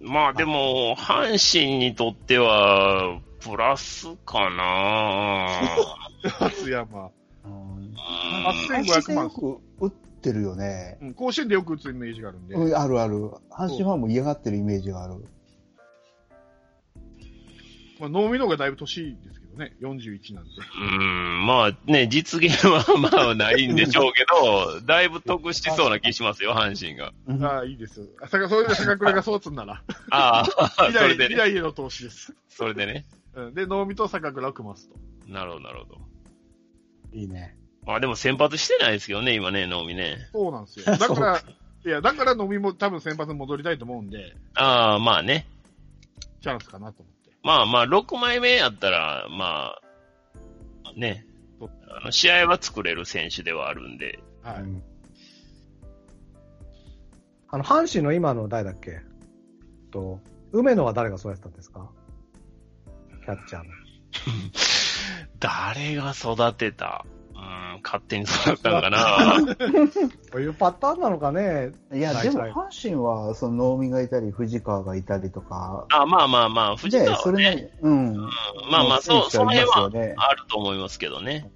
S3: う。
S2: まあでも、阪神にとっては、プラスかな
S1: 松山。
S4: うん、阪神
S1: 8500
S4: 戦よ
S1: 万。
S4: く打ってるよね。
S1: うん、甲子園でよく打つイメージがあるんで。
S4: うんあるある。阪神ファンも嫌がってるイメージがある。
S1: まあ、能見の方がだいぶ年ですけどね、41なんで。
S2: うん、まあね、実現はまあないんでしょうけど、だいぶ得しそうな気しますよ、阪神が。
S4: うん
S1: ああ、いいですよ。あ坂そういうの坂倉がそうつんな ら。
S2: ああ、そ
S1: 未来、
S2: れで
S1: 未
S2: ね。
S1: 来への投資です。
S2: それでね。
S1: うん、で、能見と坂倉を組ますと。
S2: なるほど、なるほど。
S3: いいね。
S2: まあでも先発してないですけどね、今ね、能見ね。
S1: そうなんですよ。だから、いや、だから能見も多分先発に戻りたいと思うんで、
S2: ああ、まあね。
S1: チャンスかなと思って。
S2: まあまあ、6枚目やったら、まあ、ね。あの試合は作れる選手ではあるんで。
S1: はい。
S3: あの、阪神の今の誰だっけと、梅野は誰がそうやったんですかキャッチャーの。
S2: 誰が育てたうーうん、勝手にそうだったのか な。
S3: こういうパターンなのかね。
S4: いや、
S3: はい
S4: でも
S3: はい
S4: 阪神は、その、能見がいたり、藤川がいたりとか、
S2: あまあまあまあ、藤
S4: で、
S2: 川
S4: そ
S2: は
S4: れな
S2: ね、
S4: り、うん。
S2: うんまあまあ、そう、その辺は
S4: 選手いますよね
S2: あると思いますけどね。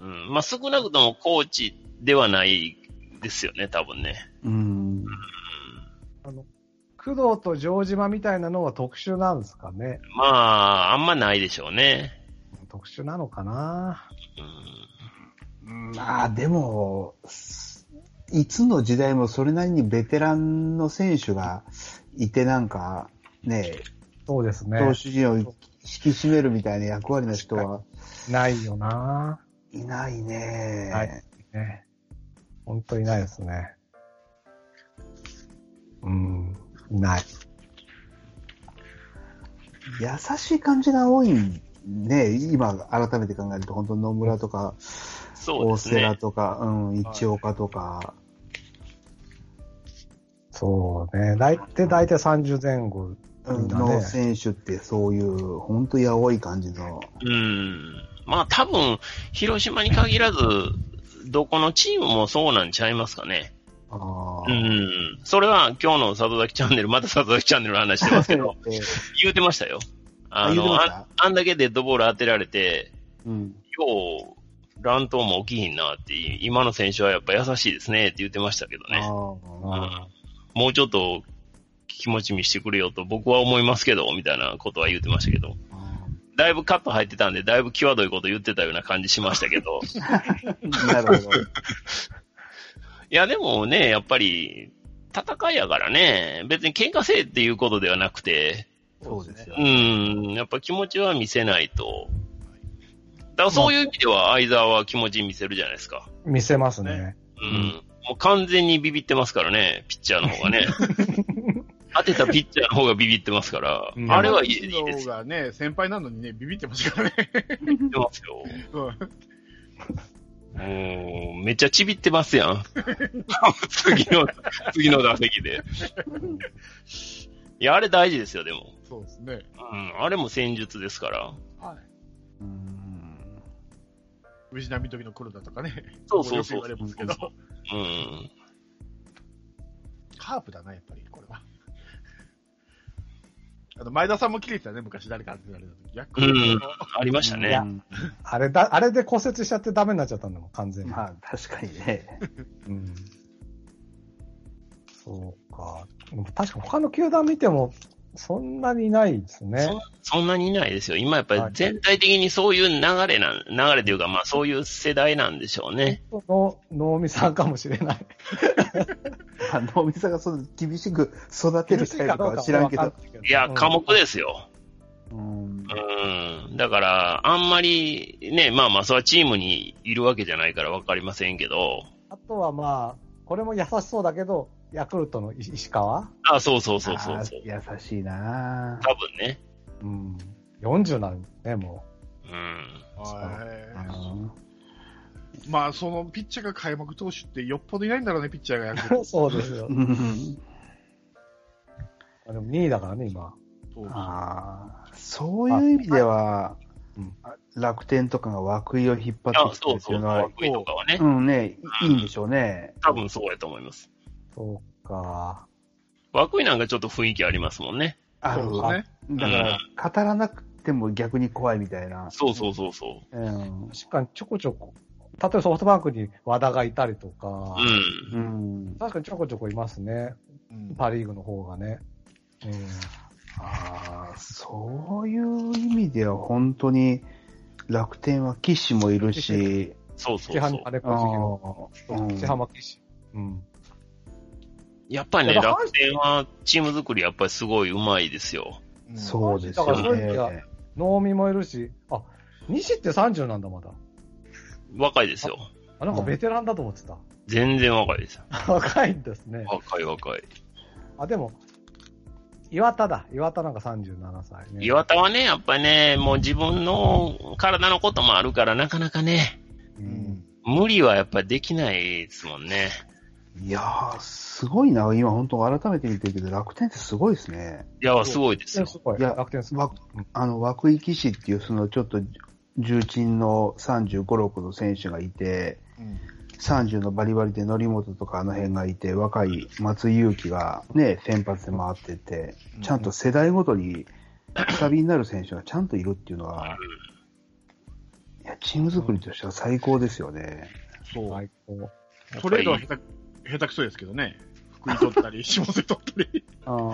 S2: うん、まあ少なくともコーチではないですよね、多分ね。
S4: うん。
S3: 工藤と城島みたいなのは特殊なんですかね。
S2: まあ、あんまないでしょうね。
S3: 特殊なのかな。
S2: うん
S4: まあ、でも、すいつの時代もそれなりにベテランの選手がいてなんか、ね、
S3: そうですね。
S4: 投手陣を引き締めるみたいな役割の人は
S3: ないよな。
S4: いないね。
S3: はいね。本当いないですね。うん。いない。
S4: 優しい感じが多いね。今、改めて考えると、本当野村とか、
S2: そう
S4: 大
S2: です
S4: 瀬良
S2: ね。
S4: とか、うん、一岡とか、
S3: そうね。大体、大体30前後。
S4: うん
S3: みんなね
S4: の選手ってそういう、本当やおい感じの。
S2: うん。まあ多分、広島に限らず、どこのチームもそうなんちゃいますかね。
S4: あ
S2: う
S4: ー
S2: ん。それは今日の里崎チャンネル、また里崎チャンネルの話してますけ ど、
S4: えー
S2: 言うてましたよ。あ
S4: 言うて
S2: の、
S4: まし
S2: あ
S4: た
S2: あんだけデッドボール当てられて、
S4: うん
S2: よう、乱闘も起きひんなって、今の選手はやっぱ優しいですねって言ってましたけど
S4: あ
S2: ね。う
S4: ー
S2: んもうちょっと気持ち見してくれよと僕は思いますけど、みたいなことは言ってましたけど。だいぶカット入ってたんで、だいぶ際どいこと言ってたような感じしましたけど。
S4: なるほど。
S2: いや、でもね、やっぱり、戦いやからね、別に喧嘩せえっていうことではなくて、
S4: そうですよ
S2: う。ん、やっぱ気持ちは見せないと。だからそういう意味では、相沢は気持ち見せるじゃないですか。
S3: 見せますね。
S2: うん。もう完全にビビってますからね、ピッチャーの方がね。当てたピッチャーの方がビビってますから、
S3: うん
S2: あれはいいい
S1: 西
S2: いで
S1: 野
S2: すよ。
S1: がね、先輩なのにね、ビビってますからね。
S2: ビビってますよ。
S1: うん
S2: もう、めっちゃちびってますやん。次の、次の打席で。いや、あれ大事ですよ、でも。
S1: そうですね。
S2: うん、あれも戦術ですから。
S4: うん
S1: 藤波の時の黒田とかね。
S2: そうそうそう
S1: よく言われますけど。
S2: うん。
S1: カープだな、やっぱり、これは。 あと、前田さんも切れてたね、昔誰か当てられた時。ヤクルトの
S2: うんありました
S4: い
S2: ね
S4: や。
S3: あれだ、あれで骨折しちゃってダメになっちゃったんだもん、完全に。
S4: まあ、確かにね。
S3: うん。そうか。でも確か他の球団見ても、そんなにいないですね。
S2: そそんなにいないですよ。今やっぱり
S3: はい
S2: 全体的にそういう流れなん、流れというか、まあそういう世代なんでしょうね。
S3: の能見さんかもしれない。
S4: まあ、能見さんがその厳しく育てるタイプかは知らんけど。
S2: いや、科目
S3: で。
S2: ですよ。
S4: うん
S2: うん。だから、あんまり、ね、まあまあ、それはチームにいるわけじゃないからわかりませんけど、
S3: あとはまあ、これも優しそうだけど、ヤクルトの石石川
S2: あ、そうそうそうそうそう。
S4: あー優しいなぁ
S2: 多分ね。
S4: うん。
S3: ?40 なんでね、も
S2: うん。
S1: は
S4: うん
S1: いまあ、そのピッチャーが開幕投手ってよっぽどいないんだろうね、ピッチャーがヤクル
S3: う。 そうですよ。
S4: うん
S3: でも2位だからね、今。
S1: ト。
S4: あーそういう意味では
S3: うん、
S4: あ楽天とかが涌井を引っ張
S2: あ
S4: ってきて
S2: そ
S4: る
S2: う
S4: って
S2: そ
S4: い
S2: う。
S4: うのは
S2: かっ、こいいとかはね
S4: う。んね、いいんでしょうね。
S2: 多分そうやと思います。
S3: そうか。
S2: 涌井なんかちょっと雰囲気ありますもんね。
S4: あ
S1: そう
S4: の
S1: ですね。
S4: だから、語らなくても逆に怖いみたいな。
S2: そうそうそうそ
S4: うん。
S3: 確かにちょこちょこ、例えばソフトバンクに和田がいたりとか
S2: う。う、ん。
S4: うん。
S3: 確かにちょこちょこいますね。
S1: うん
S3: パリーグの方がね。うん。
S4: ああ、そういう意味では本当に楽天は岸もいるし、
S2: そうそうそ
S3: 千葉
S2: う
S3: の。金子
S4: あ
S3: 次の、
S4: ーうん
S3: 千浜騎士。うん。
S2: やっぱりね、
S3: だから
S2: 楽天はチーム作りやっぱりすごい上手いですよ。
S1: うん
S4: そうです
S3: だからそ
S4: よ
S3: ういう意味では
S4: ね。
S3: 能見もいるし、あ、西って30なんだ、まだ。
S2: 若いですよ。
S3: あ、なんかベテランだと思ってた。
S2: 全然若いです。
S3: 若いんですね。
S2: 若い若い。
S3: あ、でも、岩田だ。岩田なんか37歳ね。
S2: 岩田はね、やっぱりね、もう自分の体のこともあるから、なかなかね、
S3: う。
S1: うんん
S2: 無理はやっぱりできないですもんね。
S4: いやー、すごいな。今本当改めて見てるけど、楽天ってすごいですね。
S2: いや、すごいです
S3: でも
S2: よ。
S3: すごい。
S4: いや
S3: 楽天すごい
S4: わあの、涌井騎士っていう、そのちょっと、重鎮の35、6の選手がいて、
S1: うん
S4: 30のバリバリで則本とかあの辺がいて、若い松井裕樹がね、先発で回ってて、ちゃんと世代ごとに、くさびになる選手がちゃんといるっていうのは、いや、チーム作りとしては最高ですよね。
S1: そう。
S3: 最高。
S1: トレードは下手、下手くそですけどね。福井取ったり、下関取ったり。
S4: ああ、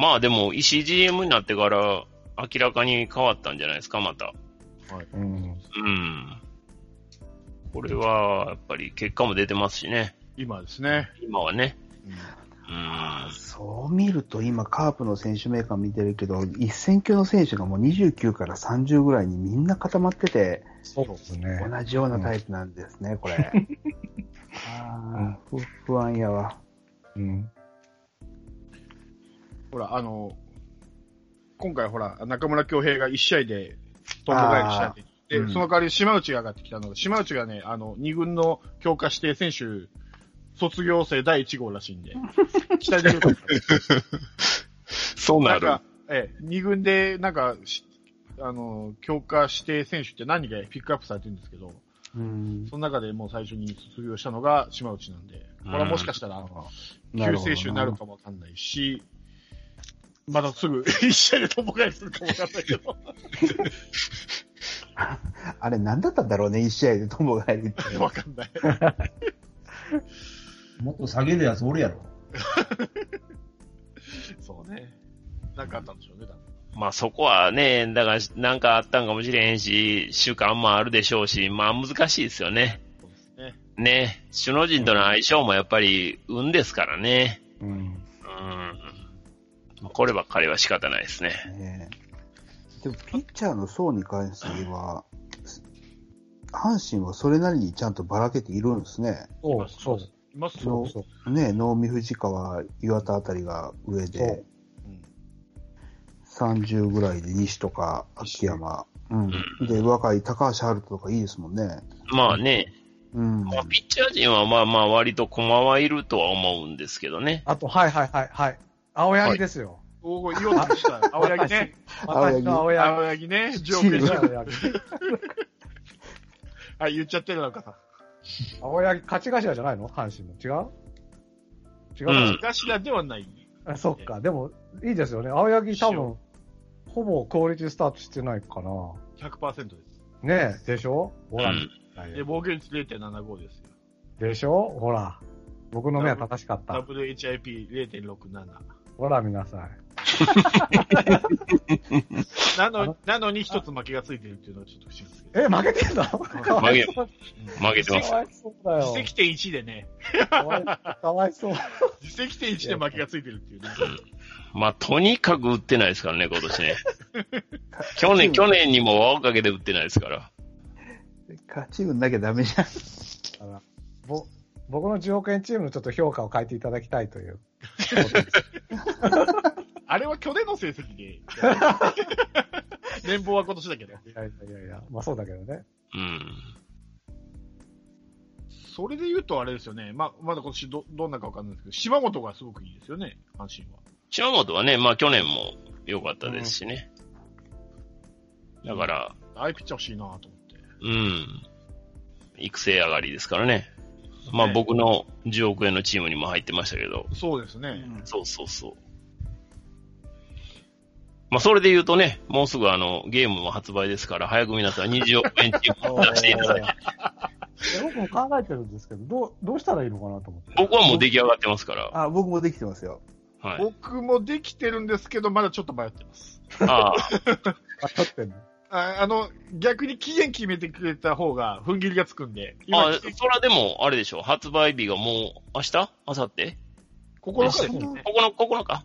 S2: まあでも、石井 GM になってから、明らかに変わったんじゃないですか、また。
S4: うん。
S2: うん。これは、やっぱり結果も出てますしね。
S1: 今ですね。
S2: 今はね。
S1: うん
S2: うん。
S4: そう見ると今、カープの選手メーカー見てるけど、一戦級の選手がもう29から30ぐらいにみんな固まってて、
S3: そうですね。
S4: 同じようなタイプなんですね、こ れ。ああ、ふ不安やわ。
S3: うん。
S1: ほら、あの、今回ほら、中村恭平が1試合で、トンボ返りしたって。で、
S4: うん
S1: その代わり島内が上がってきたので、島内がね、あの、2軍の強化指定選手、卒業生第1号らしいん で、期待できると思います
S2: そう
S1: なんか、ええ、二軍で、なんか、しあの、強化指定選手って何人かピックアップされてるんですけど、
S4: うん。
S1: その中でもう最初に卒業したのが島内なんで、これはもしかしたら、
S4: なる
S1: 救
S4: ほど
S1: 世主になるかもわかんないし、まだすぐ一試合でトップ返りするかもわかんないけど、
S4: あれ、何だったんだろうね、一試合でトンボがいるって。
S1: わかんない。
S6: もっと下げるやつおるやろ。
S1: そうね。なんかあったんでしょうね、多分。
S2: まあそこはね、だからなんかあったんかもしれへんし、習慣もあるでしょうし、まあ難しいですよね。
S1: そうですね。
S2: ね。首脳陣との相性もやっぱり運ですからね。
S4: うん。
S2: うん。こればっかりは仕方ないですね。
S4: ねえでも、ピッチャーの層に関しては、阪神はそれなりにちゃんとばらけているんですね。
S3: そう、そうです。
S1: います
S4: そ
S1: よ。
S4: うねえ、能見藤川、岩田あたりが上で、30ぐらいで西とか秋山、うん。で、若い高橋春人とかいいですもんね。
S2: まあね、
S4: うん。
S2: まあ、ピッチャー陣はまあまあ割と駒はいるとは思うんですけどね。
S3: あと、はいはいはいはい。青柳ですよ。
S1: 大声、イオンでした。青柳ね。
S4: 青
S3: 私
S4: 柳
S3: と青柳。
S1: 青柳ね。上
S4: チー
S1: 下
S4: ム
S1: じゃん
S3: 青柳。
S1: はい、言っちゃってるなんかさ。
S3: 青柳、勝ち頭じゃないの阪神の。違う違う
S2: う
S3: の、
S2: ん
S1: 頭ではない。
S3: あそっか。でも、いいですよね。青柳多分、ほぼクオリティスタートしてないかな。
S1: 100%です。
S3: ねえ、でしょほら、
S2: うん
S1: で、防御率0.75ですよ。
S3: でしょほら。僕の目は正しかった。
S1: WHIP0.67。
S3: ほら、皆さん。
S1: なの、なのに一つ負けがついてるっていうのはちょっと不思議ですけど。
S3: え、負けてんだかわいそう。
S2: 負けてます
S3: か。わいそうだよ
S1: 自。責点1でね、
S3: かわいかわいそう。
S1: 自責点1で負けがついてるっていうね。
S2: まあとにかく打ってないですからね、今年 ね。去年、去年にも輪をかけて打ってないですから。
S4: 勝ち運なきゃダメじゃん。
S3: あらぼ僕の10億円チームのちょっと評価を変えていただきたいという。
S1: あれは去年の成績 で。年俸は今年だけど。
S3: いやいやいやいや、まあそうだけどね。
S2: うん。
S1: それで言うとあれですよね。ま、まだ今年ど、どんなかわかんないですけど、島本がすごくいいですよね、阪神は。
S2: 島本はね、まあ去年も良かったですしね。だから、
S1: ああいうピッチャー欲しいなと思って。
S2: うん。育成上がりですからね。まあ僕の10億円のチームにも入ってましたけど。
S1: そうですね。
S2: そうそうそう。まあそれで言うとね、もうすぐあの、ゲームも発売ですから、早く皆さん20億円チームを出してい ただいて。
S3: え僕も考えてるんですけど、どう、どうしたらいいのかなと思って。
S2: 僕はもう出来上がってますから。
S4: あ、僕もできてますよ。
S2: はい。
S1: 僕もできてるんですけど、まだちょっと迷ってます。
S2: ああ、
S3: あ、ちょっとね
S1: ああの、逆に期限決めてくれた方が、踏ん切りがつくんで、今、
S2: あ、そらでも、あれでしょう、発売日がもう、明日明後日
S1: 心からですね。
S2: ?9 日、9日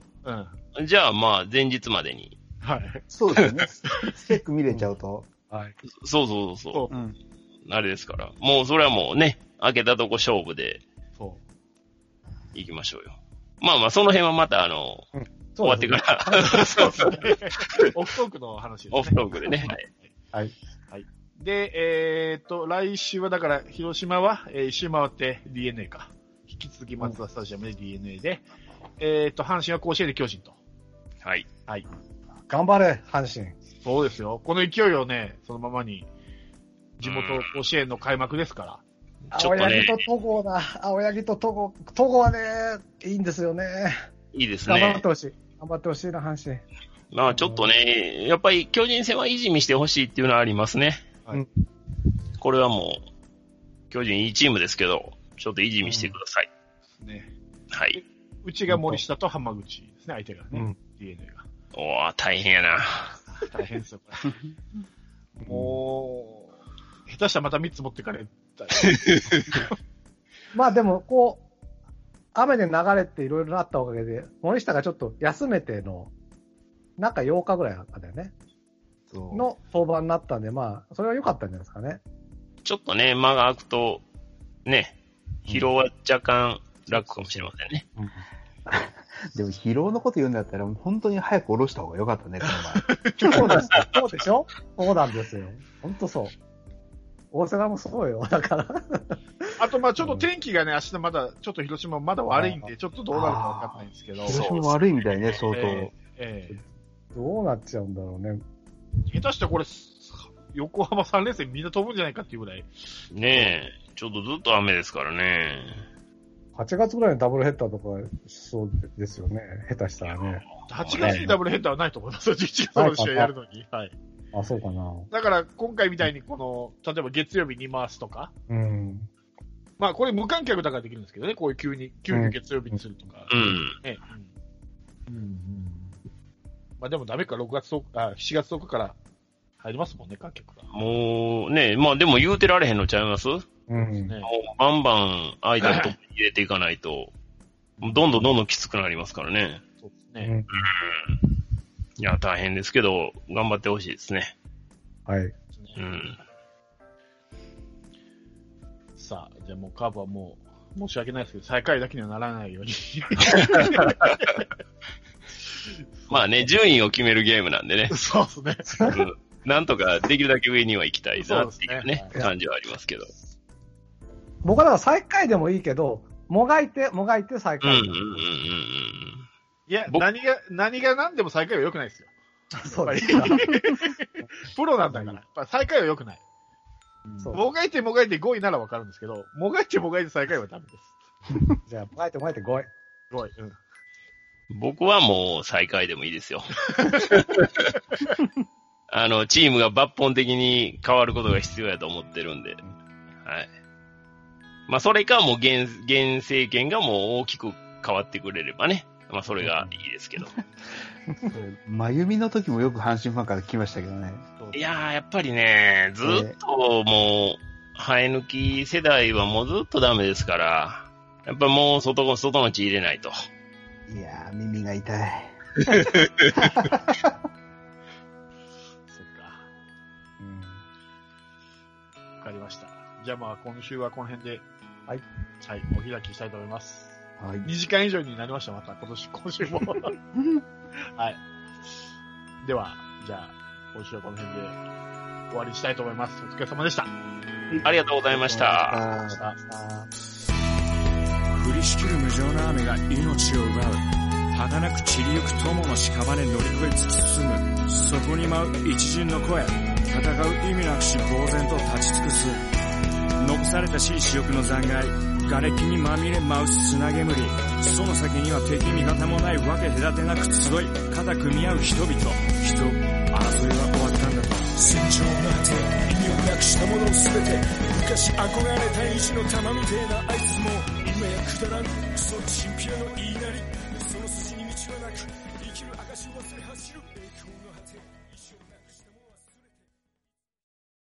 S1: うん。
S2: じゃあまあ、前日までに
S1: はい。
S4: そうですね。スペック見れちゃうと。
S3: はい。
S2: そうそうそうそ
S4: うん。
S2: う。あれですから。もうそれはもうね、開けたとこ勝負で
S1: そ
S2: 行きましょうよ。まあまあ、その辺はまたあの、終わってから、そうそう
S1: う。オフトークの話で
S2: オ
S1: す
S2: フ
S1: ね。
S2: トークでね。はい
S1: で、えーっと、来週はだから、広島は、えー一周回って DNA か。引き続き松田スタジアムで DNA で、えーっと、阪神は甲子園で巨人と。
S2: はい。
S1: はい。
S3: 頑張れ、阪神。
S1: そうですよ。この勢いをね、そのままに、地元甲子園の開幕ですから。
S2: ちょ
S3: 青
S2: っとね
S3: 柳と戸郷だ。青柳と戸郷。戸郷はね、いいんですよね。
S2: いいです
S3: 頑張っ
S2: ね
S3: て。ほしい。頑張ってほしいな、阪神。
S2: まあちょっとね、やっぱり巨人戦は維持にしてほしいっていうのはありますね。
S3: はい
S2: これはもう、巨人いいチームですけど、ちょっと維持にしてください。
S1: ね。
S2: はい。
S1: うちが森下と浜口ですね、相手がね。
S3: うん
S1: DNA が。
S2: おー、大変やな。
S1: 大変ですよ、これ。 もう、下手したらまた3つ持ってかれたら。
S3: まあでも、こう、雨で流れっていろいろあったおかげで、森下がちょっと休めての、中8日ぐらいだったんだよね。の登板になったんで、まあ、それは良かったんじゃないですかね。
S2: ちょっとね、間が空くと、ね、疲労は若干楽かもしれませんね。
S4: でも疲労のこと言うんだったら、もう本当に早く下ろした方が良かったね、こ
S3: そうですよ。そうでしょ そうなんですよ。ほんとそう。大阪もそうよ。 だから。
S1: あと、まあちょっと天気がね、明日まだ、ちょっと広島まだ悪いんで、ちょっとどうなるかわかんないんですけど
S4: の。前。私も悪いみたいね、相当。
S1: えええ
S3: どうなっちゃうんだろうね。
S1: え下手したらこれ、横浜3連戦みんな飛ぶんじゃないかっていうぐらい。
S2: ねえ、ちょっとずっと雨ですからね。
S3: 8月ぐらいにダブルヘッダーとかしそうですよね。下手したらね。
S1: 8月にダブルヘッダーはないと思いますよ、11月の試合やるのに。はい。
S3: あ、そうかな。
S1: だから、今回みたいに、この、例えば月曜日に回すとか、
S3: うん。
S1: まあ、これ無観客だからできるんですけどね、こういう急に、急に月曜日にするとか。
S2: うん。
S1: ね。まあ、でもダメか、6月10日、あ、7月10日から入りますもんね、観客が。
S2: もう、ねまあでも言うてられへんのちゃいますもう
S3: うん。
S1: ね。
S2: バンバン間と入れていかないと、どんどんどんどんきつくなりますからね。
S1: そうですね。
S2: いや、大変ですけど、頑張ってほしいですね。
S3: はい。
S2: うん。
S1: さあ、じゃあもうカーブはもう、申し訳ないですけど、最下位だけにはならないよう に。、
S2: まあね、順位を決めるゲームなんでね
S1: そうですね。
S2: うんなんとかできるだけ上には行きたいなっていう
S1: そうです
S2: ね
S1: ね、
S2: 感じはありますけど。
S3: 僕はだから最下位でもいいけど、もがいて、もがいて最
S2: う
S3: 下
S2: んうん
S3: 位。
S2: うんうんうん。
S1: いや、
S2: 僕
S1: 何が、何が何でも最下位は良くないですよ。
S3: そうですか。
S1: プロなんだから。やっぱ最下位は良くない。
S3: そう。
S1: もがいてもがいて5位ならわかるんですけど、もがいてもがいて最下位はダメです。
S3: じゃあ、もがいてもがいて5位。
S1: 5位。うん。
S2: 僕はもう最下位でもいいですよ。 あの、チームが抜本的に変わることが必要やと思ってるんで。はい。まあ、それかもう現、現政権がもう大きく変わってくれればね。まあ、それがいいですけど。
S4: 真由美の時もよく阪神ファンから来ましたけどね。
S2: いやー、やっぱりね、ずっともう、生え抜き世代はもうずっとダメですから、やっぱもう外、外の血入れないと。
S4: いやー、耳が痛い。
S1: そっか。わかりました。じゃあまあ今週はこの辺で、
S3: はい。
S1: はい、お開きしたいと思います。
S4: はい。
S1: 2時間以上になりました、また今年、今週も。はい。では、じゃあ、今週はこの辺で終わりにしたいと思います。お疲れ様でした。
S2: ありがとうございました。
S4: あ
S1: さあ
S7: 降りしきる無情な雨が命を奪う儚く散りゆく友の屍乗り越え突き進むそこに舞う一陣の声戦う意味なくし呆然と立ち尽くす残されたしい死翼の残骸瓦礫にまみれ舞う砂煙その先には敵味方もないわけ隔てなく集い肩組み合う人々人争いは終わったんだと戦場の果て意味をなくしたものを全て昔憧れた意地の玉みてえなあいつも今やくだらんクソチンピラの言いなり